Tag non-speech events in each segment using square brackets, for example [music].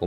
我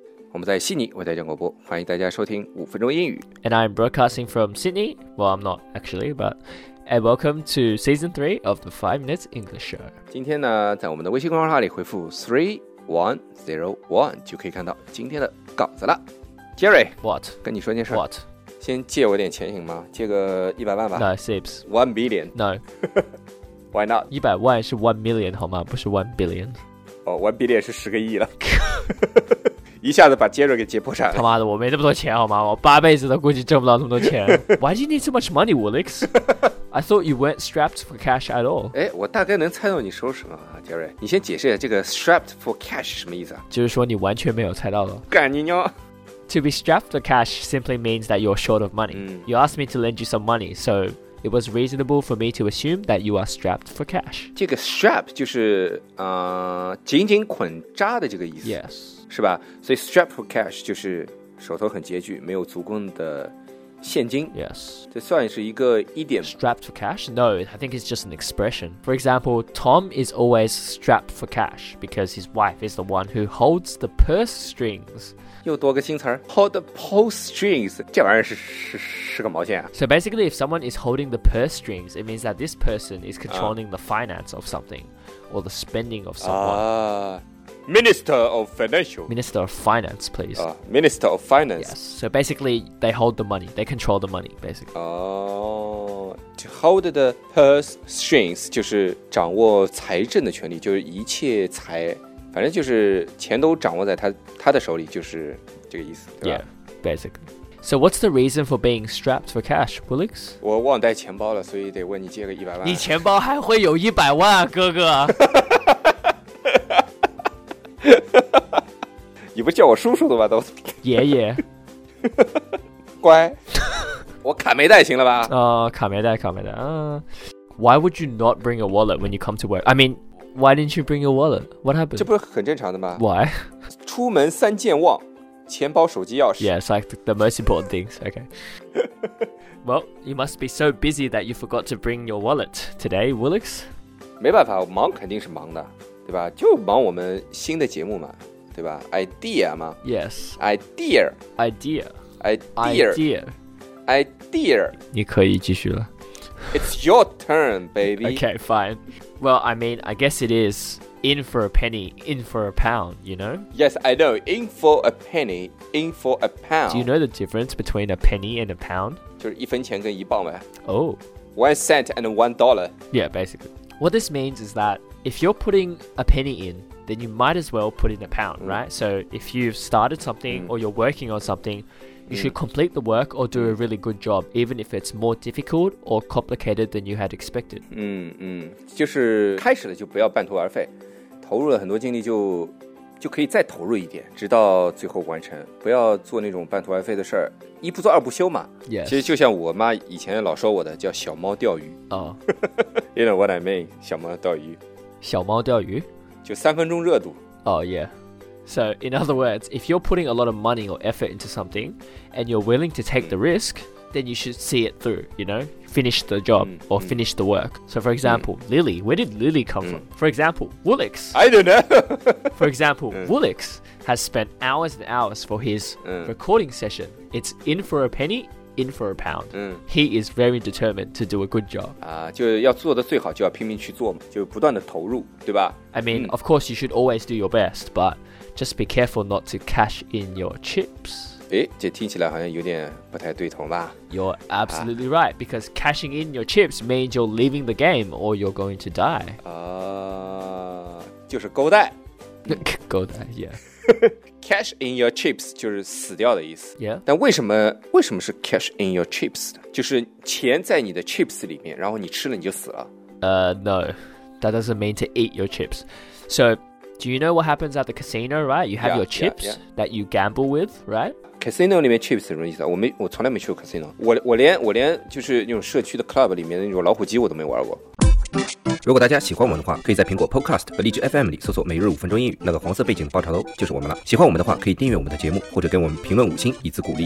我们在悉尼为大家广播，欢迎大家收听五分钟英语。 And I'm broadcasting from Sydney. Well, I'm not actually, but. And welcome to season 3 of the 5 Minutes English Show. 今天呢，在我们的微信公众号里回复 three one zero one 就可以看到今天的稿子了。Jerry， What? 跟你说件事儿， What? 先借我点钱行吗？借个一百万吧。 No, Sibs. One billion, No. why not？ 100万是1 million 好吗？不是1 billion. 哦、o n e billion 是十个亿了， [laughs] 一下子把 Jerry 给劫破产了。他妈的，我没那么多钱好吗？我八辈子都估计挣不到那么多钱。Why do you need so much money, Woolix? I thought you weren't strapped for cash at all. 哎，我大概能猜到你说什么啊，杰瑞。你先解释一下这个 strapped for cash 是什么意思啊？就是说你完全没有猜到了。干你娘！ to be strapped for cash simply means that you're short of money. Mm. You asked me to lend you some money, so it was reasonable for me to assume that you are strapped for cash. 这个 strap 就是呃紧紧捆扎的这个意思。 Yes. 是吧？所以 strap for cash 就是手头很拮据，没有足够的现金， Yes. 这算是一个一点 Strapped for cash? No, I think it's just an expression. For example, Tom is always strapped for cash because his wife is the one who holds the purse strings. 又多个新词儿，hold the pole strings，这玩意儿是是是个毛线啊？ So basically, if someone is holding the purse strings, it means that this person is controlling the finance of something or the spending of someone. Ah. 啊、m i n i s t e r of Financial Minister of Finance, please. 啊、m i n i s t e r of Finance， Yes. So basically, they hold the money. They control the money, basically. 哦、to hold the purse strings 就是掌握财政的权利，就是一切财，反正就是钱都掌握在他他的手里，就是这个意思，对吧 Yeah, basically. So what's the reason for being strapped for cash, Willix? 我忘带钱包了，所以得问你借个一百万。你钱包还会有一百万，哥哥。你不叫我叔叔的吗？都爷爷，乖， [laughs] 我卡没带行了吧？Uh, 呃，卡没带，卡没带，嗯。Why Uh, would you not bring a wallet when you come to work? I mean, why didn't you bring your wallet? What 这 happened? 不是很正常的吗？ Why? [laughs] 出门三健忘：钱包、手机、钥匙。 Yeah, it's like the, the most important things. Okay. well, you must be so busy that you forgot to bring your wallet today, Willix. 没办法，忙肯定是忙的，对吧？就忙我们新的节目嘛，对吧？idea 嘛 Yes. ，idea Idea. idea Idea. idea。你可以继续了。 It's your turn, baby。 Okay, fine. Well, I mean, I guess it is in for a penny, in for a pound, you know? Yes, I know. In for a penny, in for a pound。 Do you know the difference between a penny and a pound? 就是一分钱跟一磅呗。 Oh, One cent and one dollar。 yeah, basically. What this means is that if you're putting a penny in, then you might as well put in a pound, right? So if you've started something or you're working on something, you should complete the work or do a really good job, even if it's more difficult or complicated than you had expected. 嗯嗯，就是开始了就不要半途而废，投入了很多精力就就可以再投入一点，直到最后完成，不要做那种半途而废的事儿，一不做二不休嘛。 Yes. 其实就像我妈以前老说我的，叫小猫钓鱼 Oh, ，You know what I mean？小猫钓鱼小猫钓鱼。就三分钟热度。 Oh, yeah. So, in other words, if you're putting a lot of money or effort into something and you're willing to take Hmm. the risk, then you should see it through, you know? Finish the job Hmm, or finish the work. So, for example, Lily, where did Lily come from? For example, Woolix. I don't know 。 [laughs] Hmm. For example, Woolix has spent hours and hours for his recording session. It's in for a penny, in for a pound. Hmm. He is very determined to do a good job. 啊，就是要做的最好，就要拼命去做嘛，就不断的投入，对吧？ I mean, Hmm. of course, you should always do your best, but just be careful not to cash in your chips. 诶，这听起来好像有点不太对头吧？ You're absolutely Ah. right because cashing in your chips means you're leaving the game or you're going [laughs] to die. [laughs] 啊、就是勾带 Go there, yeah. cash in your chips 就是死掉的意思。 Yeah 但为什么为什么是 cash in your chips 呢？就是钱在你的 chips 里面，然后你吃了你就死了。 Uh, no, that doesn't mean to eat your chips. So, do you know what happens at the casino, right? You have Yeah, yeah, your chips yeah. that you gamble with, right? casino 里面 chips 什么意思啊？我没我从来没去过 casino，我我连我连就是那种社区的 club 里面的那种老虎机我都没玩过。如果大家喜欢我们的话，可以在苹果 Podcast 和荔枝 FM 里搜索“每日五分钟英语”，那个黄色背景的爆炸头就是我们了。喜欢我们的话，可以订阅我们的节目，或者给我们评论五星以资鼓励。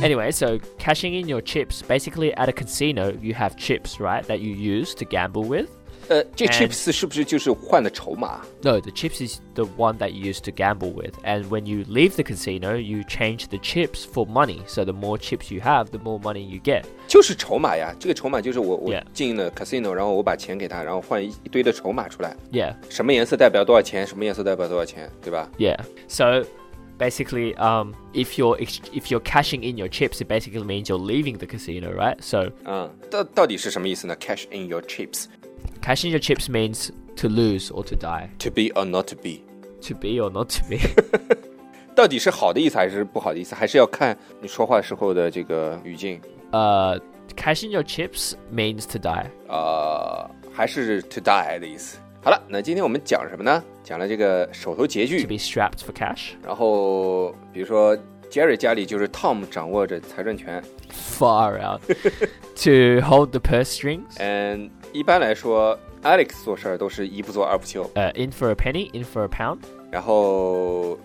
Anyway, so cashing in your chips, basically at a casino, you have chips, right, that you use to gamble with. 呃，这 And- chips 是不是就是换的筹码？ No, the chips is the one that you use to gamble with. And when you leave the casino, you change the chips for money. So the more chips you have, the more money you get. 就是筹码呀，这个筹码就是我我 Yeah 进了 casino，然后我把钱给他，然后换一一堆的筹码出来， Yeah, 什么颜色代表多少钱，什么颜色代表多少钱，对吧？ yeah. So basically, um, if you're ex- if you're cashing in your chips, it basically means you're leaving the casino, right? So 嗯，到到底是什么意思呢？Cash in your chips cashing your chips means to lose or to die, to be or not to be， to be or not to be. [laughs] 到底是好的意思还是不好的意思，还是要看你说话时候的这个语境 uh, cashing your chips means to die. 呃，还是 to die 的意思。好了，那今天我们讲什么呢？讲了这个手头拮 To 据， be strapped for cash. 然后比如说 Jerry 家里就是 Tom 掌握着财政权， Far out. to hold the purse strings. 嗯，一般来说 Alex 做事儿都是一不做二不休， Uh, in for a penny, in for a pound. 然后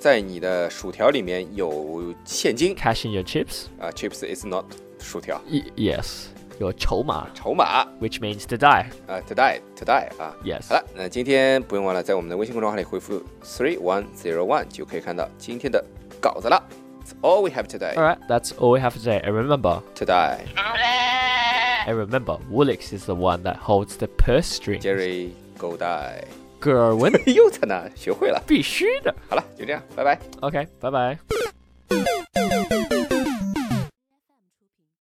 在你的薯条里面有现金 Cash in your chips. 啊，chips is not 薯条， Y- yes. Your choma, 筹码。 which means to die. 啊，to die to die 啊。 Yes. 好了，那今天不用忘了，在我们的微信公众号里回复 three one zero one 就可以看到今天的稿子了。That's all we have today. All right, that's all we have to say. And remember, Today, and remember, Woolix is the one that holds the purse string. Jerry go die. Gerwin. [laughs] [laughs] 又在那儿学会了。必须的。好了，就这样，拜拜。 Okay, bye bye.